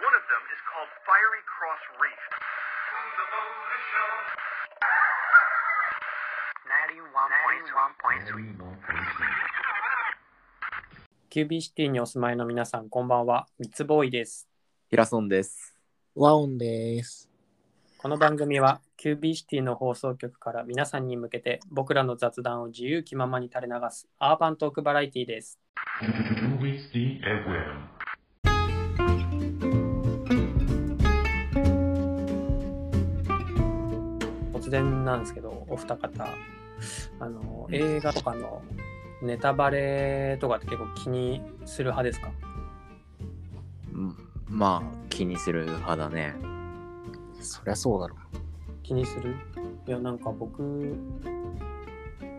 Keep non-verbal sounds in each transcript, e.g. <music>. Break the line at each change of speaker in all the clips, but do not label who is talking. One of them is called Fiery Cross Reef. Ninety-one
キュービーシティにお住まいの皆さん、こんばんは。ミツボーイです。
ヒラソンです。
和音です。
この番組は、キュービーシティの放送局から皆さんに向けて、僕らの雑談を自由気ままに垂れ流すアーバントークバラエティです。
Movies the FM.
突然なんですけど、お二方、あの映画とかのネタバレとかって結構気にする派ですか
うんまあ、気にする派だね。
そりゃそうだろ
気にするいやなんか僕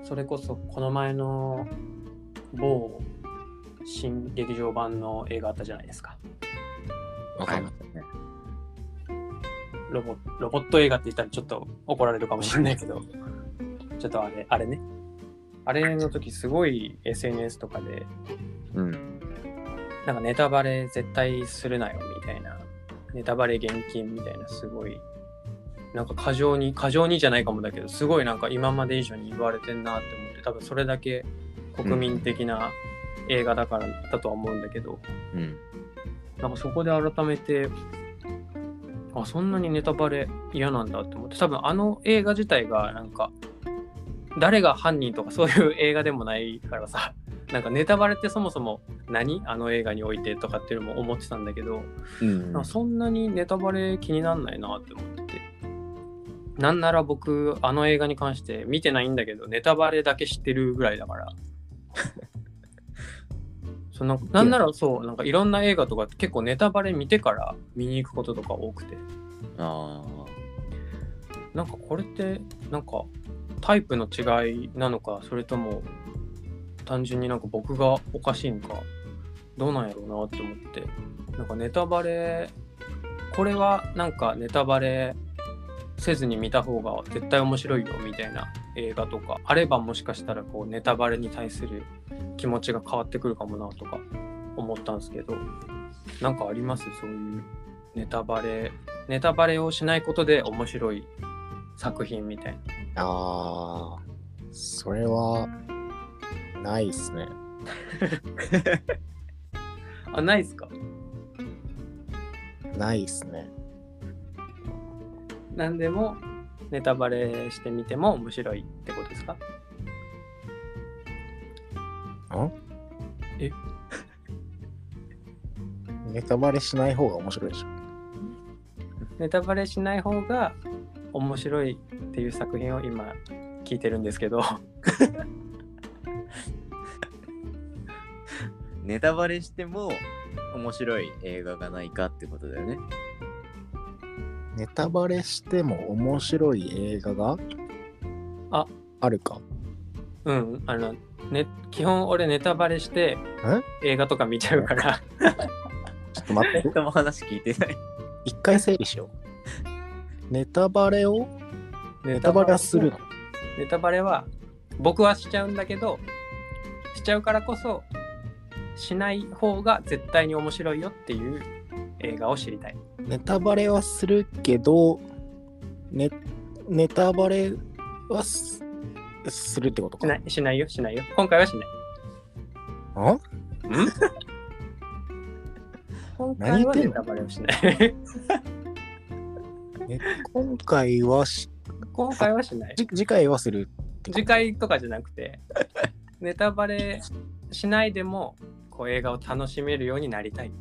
それこそこの前の某新劇場版の映画あったじゃないですか
う。わかり
ま
ます
ね。
ロボロボット映画って言ったらちょっと怒られるかもしれないけどちょっとあれあれねあれの時すごい SNS とかで
うん。
なんかネタバレ絶対するなよみたいなネタバレ厳禁みたいなすごいなんか過剰に過剰にじゃないかもだけどすごいなんか今まで以上に言われてんなって思って多分それだけ国民的な映画だからだとは思うんだけど、
うん。
なんかそこで改めてあそんなにネタバレ嫌なんだって思って多分あの映画自体がなんか誰が犯人とかそういう映画でもないからさなんかネタバレってそもそも何あの映画においてとかっていうのも思ってたんだけど、
うん
なんかそんなにネタバレ気になんないなって思っててなんなら僕あの映画に関して見てないんだけどネタバレだけ知ってるぐらいだから
<laughs>
そうなんかなんならそうなんかいろんな映画とかって結構ネタバレ見てから見に行くこととか多くて
ああ。
なんかこれってなんかタイプの違いなのかそれとも単純になんか僕がおかしいのかどうなんやろうなって思ってなんかネタバレこれはなんかネタバレせずに見た方が絶対面白いよみたいな映画とかあればもしかしたらこうネタバレに対する気持ちが変わってくるかもなとか思ったんですけどなんかありますそういうネタバレネタバレをしないことで面白い作品みたいな。
ああ、それは、ないっすね。
あ、ないですか
ないっすね。
何でもネタバレしてみても面白いってことですか
ネタバレしない方が面白いでしょ。
ネタバレしない方が面白いっていう作品を今聞いてるんですけど <laughs>
ネタバレしても面白い映画がないかってことだよね。
ネタバレしても面白い映画が
あ
あるか。
うんあの、ね、基本俺ネタバレして映画とか見ちゃうから
ちょっと待っ
誰
て、
とも話聞いてない。
一回整理しよう。ネタバレを
ネ
<laughs> ネタバレはするの。
ネタバレは僕はしちゃうんだけどしちゃうからこそしない方が絶対に面白いよっていう映画を知りたい
ネタバレはするけど、ネネタバレはすするってこと
し
か。
ないしないよしないよ今回はしない
ん
今
何
回
言ってんの
はネタバレをしない。
ね今回はし
<laughs> 今回はしない。
じ次回はするってこと
次回とかじゃなく <laughs> て、ネタバレしないでも、こう映画を楽しめるようになりたい。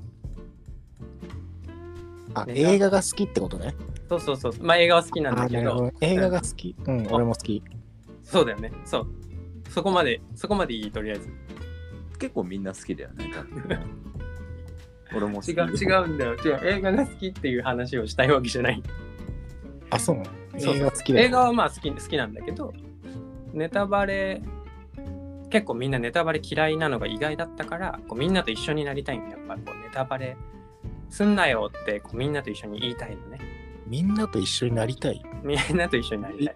あ
ネタ
映画が好きってことね
そうそうそう。まあ映画は好きなんだ
あ
け
なるほ
ど、
ど映画が好きうん、
ん
俺も好き
そうだよね。そう。そこまで、そこまでいい、とりあえず。
結構みんな好きだよね。多分ね俺も好き
違う、違うんだよ。違う。映画が好きっていう話をしたいわけじゃない。
あそうなの
そう
映画好きだよ
映画はまあ好き好きなんだけど、ネタバレ、結構みんなネタバレ嫌いなのが意外だったから、こうみんなと一緒になりたいんだよ。やっぱこうネタバレすんなよってこうみんなと一緒に言いたいのね。
みんなと一緒になりたい
みんなと一緒になりたい。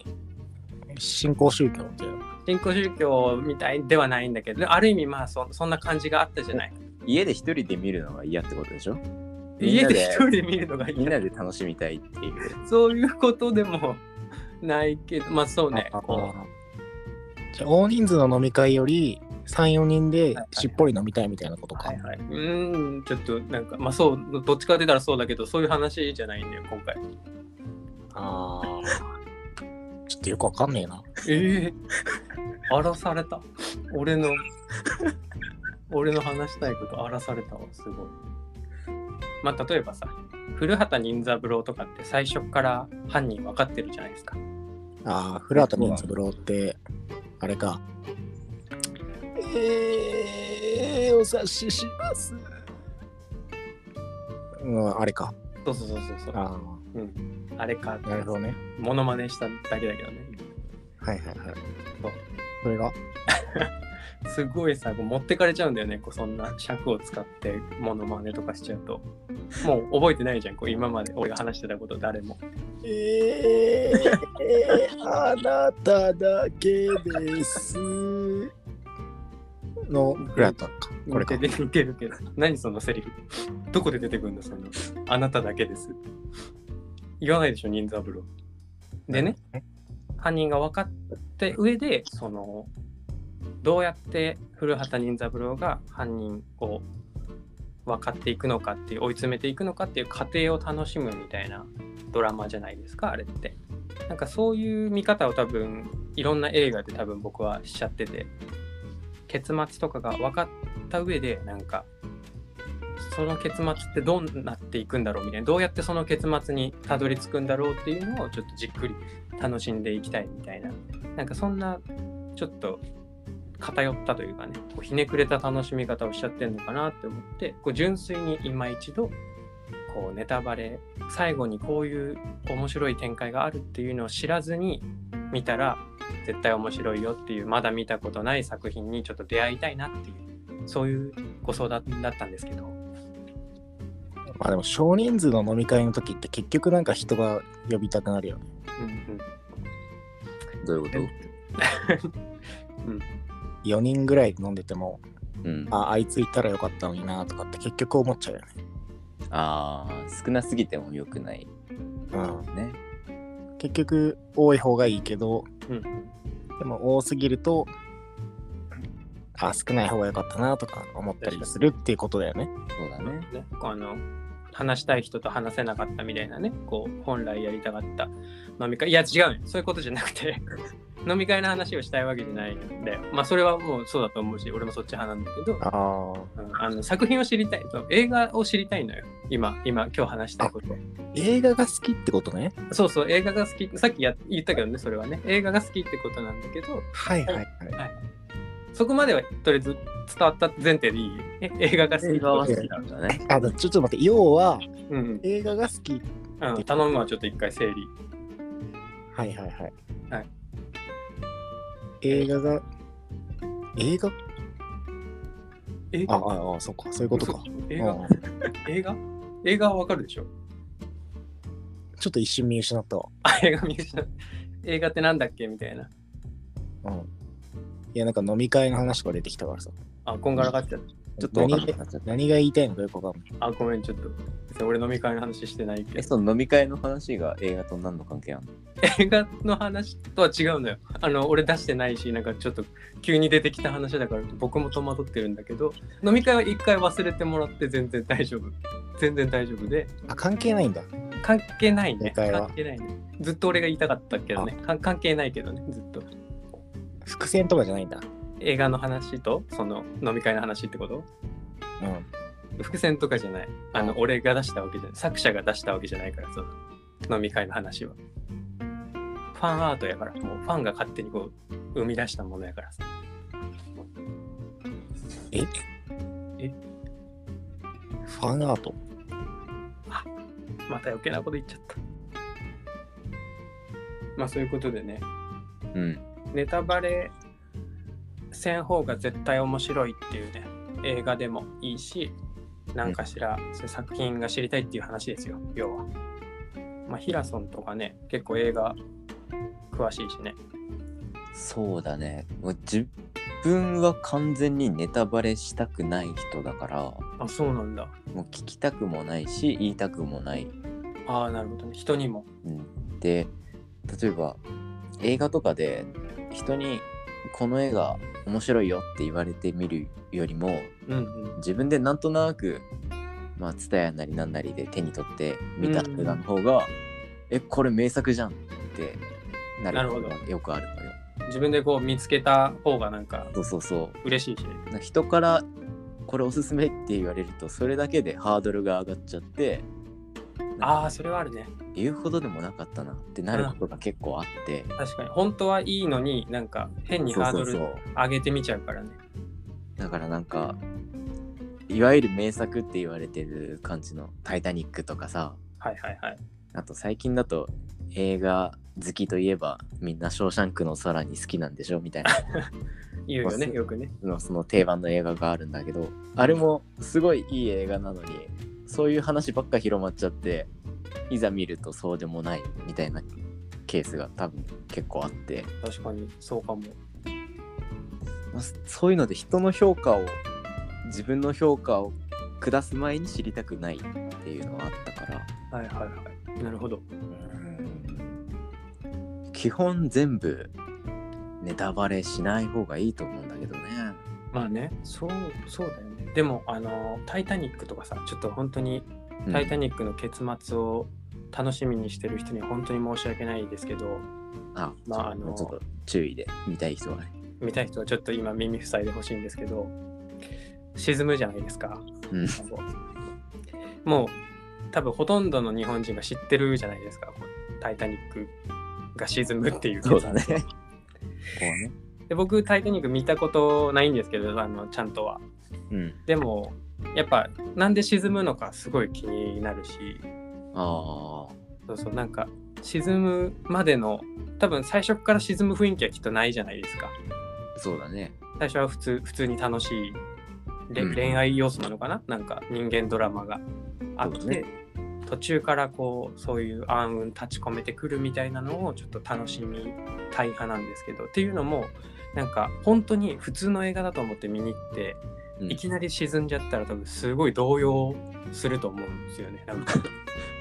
新興宗教みたいな
新興宗教みたいではないんだけど、ある意味まあそそんな感じがあったじゃない。
家で一人で見るのが嫌ってことでしょみん
家
なで
で一人で見るのがい
み
い
んなで楽しみたいっていう。
そういうことでもないけどまあそうね
あ
こう
じゃあ大人数の飲み会より34人で
はい
しっぽり飲みたいみたいなことか、
はいはいうーんちょっとなんかまあそうどっちか出たらそうだけどそういう話じゃないんだよ今回
あーちょっとよくわかんねえな
ええ荒らされた俺の俺の話したいこと荒らされたわすごいまあ例えばさ古畑任三郎とかって最初から犯人分かってるじゃないですか
ああ古畑任三郎ってあれかえー、お察ししますうんあれか
そうそうそうそうそうあ
あ
れかって
あなるほどね
モノマネしただけだけどね
はいはいはい
そう
それが
すごいさこう持ってかれちゃうんだよねこうそんな尺を使ってモノマネとかしちゃうともう覚えてないじゃんこう今まで俺が話してたこと誰も
えー、あなただけです。のフラットか。これか
似。てる似てるけど何そのセリフどこで出てくるんだそんなあなただけです言わないでしょ任三郎でね犯人が分かって上でそのどうやって古畑任三郎が犯人を分かっていくのかっていう追い詰めていくのかっていう過程を楽しむみたいなドラマじゃないですかあれってなんかそういう見方を多分いろんな映画で多分僕はしちゃってて結末とかが分かった上でなんかその結末ってどうなっていくんだろうみたいなどうやってその結末にたどり着くんだろうっていうのをちょっとじっくり楽しんでいきたいみたいななんかそんなちょっと偏ったというかねこうひねくれた楽しみ方をしちゃってるのかなって思ってこう純粋に今一度こうネタバレ最後にこういう面白い展開があるっていうのを知らずに見たら絶対面白いよっていうまだ見たことない作品にちょっと出会いたいなっていうそういうご相談だったんですけど
まあでも少人数の飲み会の時って結局なんか人が呼びたくなるよね。
うん
どういうこと
4人ぐらい飲んでても、
うん。あ
あ、あいついたらよかったのになとかって結局思っちゃうよね。
あー、少なすぎても良くない。ね。
結局多い方がいいけど、
うんうん
でも多すぎると、あ、少ない方がよかったなとか思ったりするっていうことだよね。
そうだね。
ねこうあの話したい人と話せなかったみたいなねこう本来やりたかった飲み会いや違うよそういうことじゃなくて <laughs> 飲み会の話をしたいわけじゃないんだよまあそれはもうそうだと思うし俺もそっち派なんだけど
ああ。
うんあの作品を知りたいそう映画を知りたいのよ今今今日話したいこと
映画が好きってことね。
そうそう映画が好きさっきや言ったけどねそれはね映画が好きってことなんだけど
はいはいはい。
そこまではとりあえず伝わった前提でいいえ映画が好きってこと
好き
なんだね。
あ、だちょっと待って、要は
うんうん
映画が好き。
うん、頼むのはちょっと一回整理
はいはいはい。
はい
映画が、映画
え
ああ、あ、そっか、そういうことか。
そう映
う
画
ん
映画映画はわかるでしょ <laughs>
ちょっと一瞬見失ったわ。
あ映画見失う映画ってなんだっけみたいな
うん。いや、なんか飲み会の話が出てきたからさ。
あこんがらがっちゃった
ちょっとわかん
何
なく
が
なっちゃった。
何が言いたいのかよくわかんない。
あごめんちょっと別に俺飲み会の話してないけ
え、
<laughs>
ど
その飲み会の話が映画と何の関係あんの
映画の話とは違うのよあの俺出してないしなんかちょっと急に出てきた話だから僕も戸惑ってるんだけど飲み会は一回忘れてもらって全然大丈夫全然大丈夫で
あ、関係ないんだ。
関係ないね
了解は
関係ないねずっと俺が言いたかったけどねかん関係ないけどねずっと
伏線とかじゃないんだ。
映画の話とその飲み会の話ってこと
うん。
伏線とかじゃないあの、
う
俺が出したわけじゃない作者が出したわけじゃないからその飲み会の話はファンアートやからもうファンが勝手にこう生み出したものやからさ
え
え
ファンアート
また余計なこと言っちゃったまあそういうことでね
うん。
ネタバレせん方が絶対面白いっていうね映画でもいいし何かしらそういう作品が知りたいっていう話ですよ要はまあヒラソンとかね結構映画詳しいしね
そうだね。もうじ分は完全にネタバレしたくない人だから
あそうなんだ
もう聞きたくもないし言いたくもない
ああなるほどね人にも
うんで例えば映画とかで人にこの映画面白いよって言われてみるよりも
うんうん
自分でなんとなくまあ蔦屋なりなんなりで手に取って見た映画の方が、えこれ名作じゃんってな
な
る
る
こ
ほ
と
ど
がよくあるのよ。
自分でこう見つけた方がなんか
そうそうそう
嬉しいし
な人からこれおすすめって言われるとそれだけでハードルが上がっちゃって
ああそれはあるね
言うほどでもなかったなってなることが結構あって、
確かに本当はいいのになんか変に
そう
ハー
そ
ド
うそ
ル
う
上げてみちゃうからね
だからなんかいわゆる名作って言われてる感じの「タイタニック」とかさ
はいはいはい
あと最近だと映画好きといえばみんな「ショーシャンクの空」に好きなんでしょみたいな
言うよね
そう
よくね
のその定番の映画があるんだけどあれもすごいいい映画なのにそういう話ばっか広まっちゃっていざ見るとそうでもないみたいなケースが多分結構あって、
確かにそうかも
まあそそういうので人の評価を自分の評価を下す前に知りたくないっていうのはあったから
はいはいはいなるほど
基本全部ネタバレしない方がいいと思うんだけどね
まあねそうそうだよねでもあの「タイタニック」とかさちょっと本当に「タイタ
うん
ニック」の結末を楽しみにしてる人には本当に申し訳ないですけど
あ、
まああの
もうちょっと注意で見たい人はね
見たい人はちょっと今耳塞いでほしいんですけど沈むじゃないですか、
うん
もう多分ほとんどの日本人が知ってるじゃないですかこうタイタニック」が沈むっていう
そうだね。こうね。
で僕「タイタニック」見たことないんですけどあのちゃんとは
うん。
でもやっぱなんで沈むのかすごい気になるし
あ
そうそうなんか沈むまでの多分最初から沈む雰囲気はきっとないじゃないですか
あ、そうだね。
最初は普通普通に楽しい、れ
うん
恋愛要素なのかななんか人間ドラマがあっ
そ
て、
うだね
途中からこうそういう暗雲立ち込めてくるみたいなのをちょっと楽しみたい派なんですけどっていうのもなんか本当に普通の映画だと思って見に行って
うん
いきなり沈んじゃったら多分すごい動揺すると思うんですよね。なんか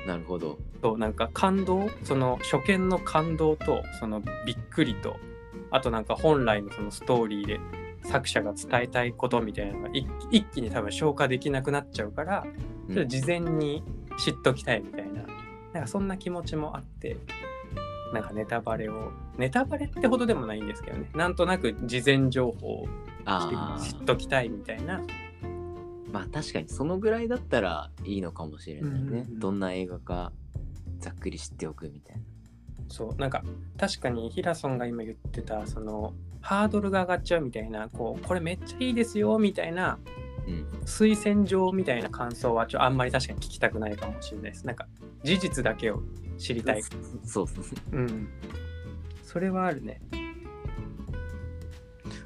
なるほど。
そうなんか感動その初見の感動とそのびっくりとあとなんか本来のそのストーリーで作者が伝えたいことみたいなのが一一気に多分消化できなくなっちゃうから
う
ちょっ
ん
と事前に知っときたいみたいな,、なんかそんな気持ちもあってなんかネタバレをネタバレってほどでもないんですけどねなんとなく事前情報を
あ
知っ
あ。
ときたいみたいな
まあ確かにそのぐらいだったらいいのかもしれないね。
うん
どんな映画かざっくり知っておくみたいな。
そうなんか確かにヒラソンが今言ってたそのハードルが上がっちゃうみたいなこうこれめっちゃいいですよみたいな
うん。
推薦状みたいな感想はちょあんまり確かに聞きたくないかもしれないですなんか事実だけを知りたい
そう <laughs> そう。
うんそれはあるね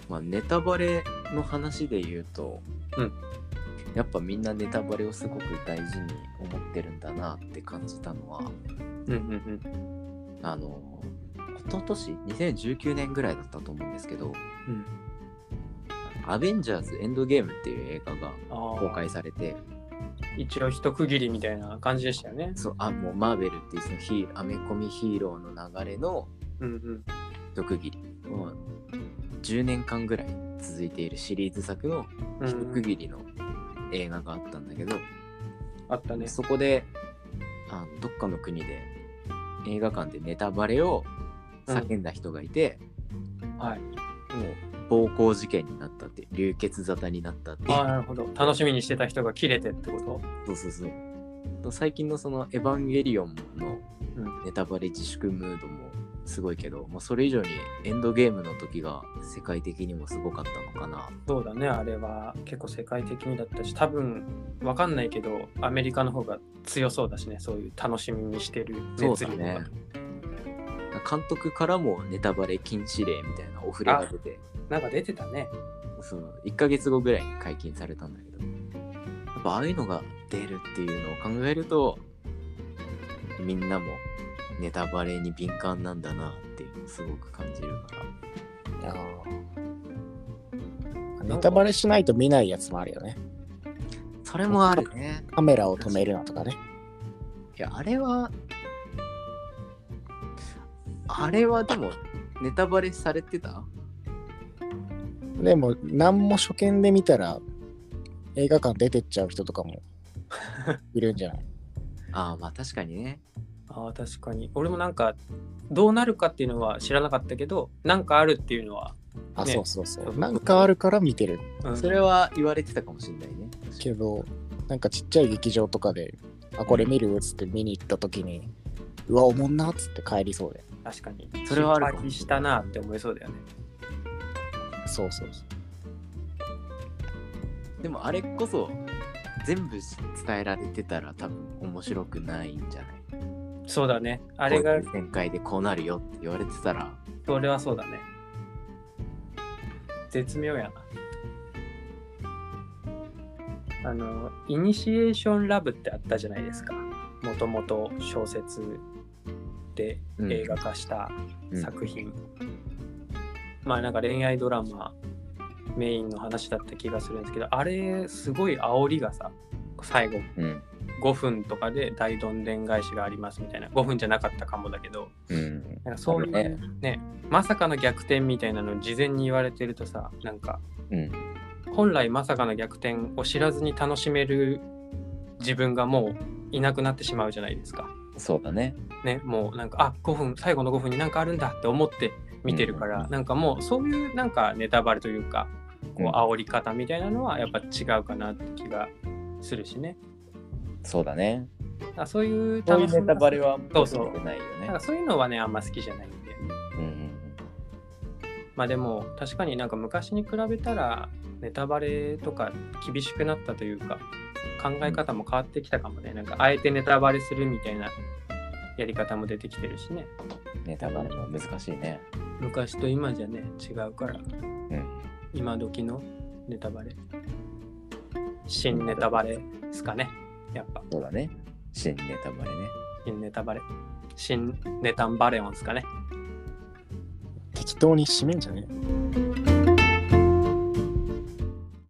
まあネタバレの話で言うと、
うん
やっぱみんなネタバレをすごく大事に思ってるんだなって感じたのは、
うんうん
あの一昨年2019年ぐらいだったと思うんですけど、
うん
アベンジャーズエンドゲームっていう映画が
うん
公
ああ
開されて
一応一区切りみたいな感じでしたよね
そうあもうマーベルっていうそのヒーアメコミヒーローの流れの
うんうん
特技もう10年間ぐらい続いているシリーズ作の
う
一区
ん
切りの映画があったんだけど、
あったね
そこであのどっかの国で映画館でネタバレを叫んだ人がいて、
はい
もう暴行事件になったって流血沙汰になったってい
ああ
う
なるほど楽しみにしてた人が切れてってこと
そうそうそう最近のその「エヴァンゲリオン」の
うん
ネタバレ自粛ムードもすごいけど、まあ、それ以上にエンドゲームの時が世界的にもすごかったのかな
そうだね、あれは結構世界的にだったし、多分わかんないけど、アメリカの方が強そうだしね、そういう楽しみにしてる熱量が。
そうだね監督からもネタバレ禁止令みたいなお触れが出て
なんか出てたね。
その1ヶ月後ぐらいに解禁されたんだけどやっぱああいうのが出るっていうのを考えるとみんなもネタバレに敏感なんだなっていうのをすごく感じるから
いや
ネタバレしないと見ないやつもあるよね。
それもあるね。
カメラを止めるなとかね。
いや、あれは、あれはでも、ネタバレされてた
でも、何も初見で見たら、映画館出てっちゃう人とか <laughs> もいるんじゃない
ああ、まあ確かにね。
ああ確かに俺もなんかどうなるかっていうのは知らなかったけどなんかあるっていうのは、
あ、
ね
そうそうそう。なんかあるから見てる
うん、
それは言われてたかもしれないね。
けど、なんかちっちゃい劇場とかで、あ、これ見るっつって見に行った時に、うわ、おもんなっつって帰りそうで。
確かに
それはあるかも
失敗したなって思いそうだよね
そうそうそう。
でもあれこそ、全部伝えられてたら多分面白くないんじゃない
そうだねあ
あ
れが
展開でこうなるよって言われてたら、
それはそうだね絶妙やなあのイニシエーションラブってあったじゃないですかもともと小説で
うん
映画化した
うん
作品、まあなんか恋愛ドラマメインの話だった気がするんですけどあれすごい煽りがさ最後
うん。
5分とかで大どんでん返しがありますみたいな5分じゃなかったかもだけど
うん。
なんかそういう
あ
ね
る
まさかの逆転みたいなのを事前に言われてるとさなんか
うん。
本来まさかの逆転を知らずに楽しめる自分がもういなくなってしまうじゃないですか。
そうだね。
ね、もうなんかあ5分最後の5分になんかあるんだって思って見てるから、
うんうん
なんかもうそういうなんかネタバレというかこう
うん
煽り方みたいなのはやっぱ違うかなって気がするしね。
そうだね。
あそういう
そうい
楽
う
しみ
ネタバレは
そうそう
良くないよ
なん
ね
か。そういうのはねあんま好きじゃないんで。
うんうん
まあでも確かになんか昔に比べたらネタバレとか厳しくなったというか考え方も変わってきたかもねなんかあえてネタバレするみたいなやり方も出てきてるしね
うん。ネタバレも難しいね。
昔と今じゃね違うから、
ん
今時のネタバレ新ネタバレですかねやっぱ
そうだね。新ネタバレね。
新ネタバレ新ネタンバレオンですかね
適当に締めんじゃねえ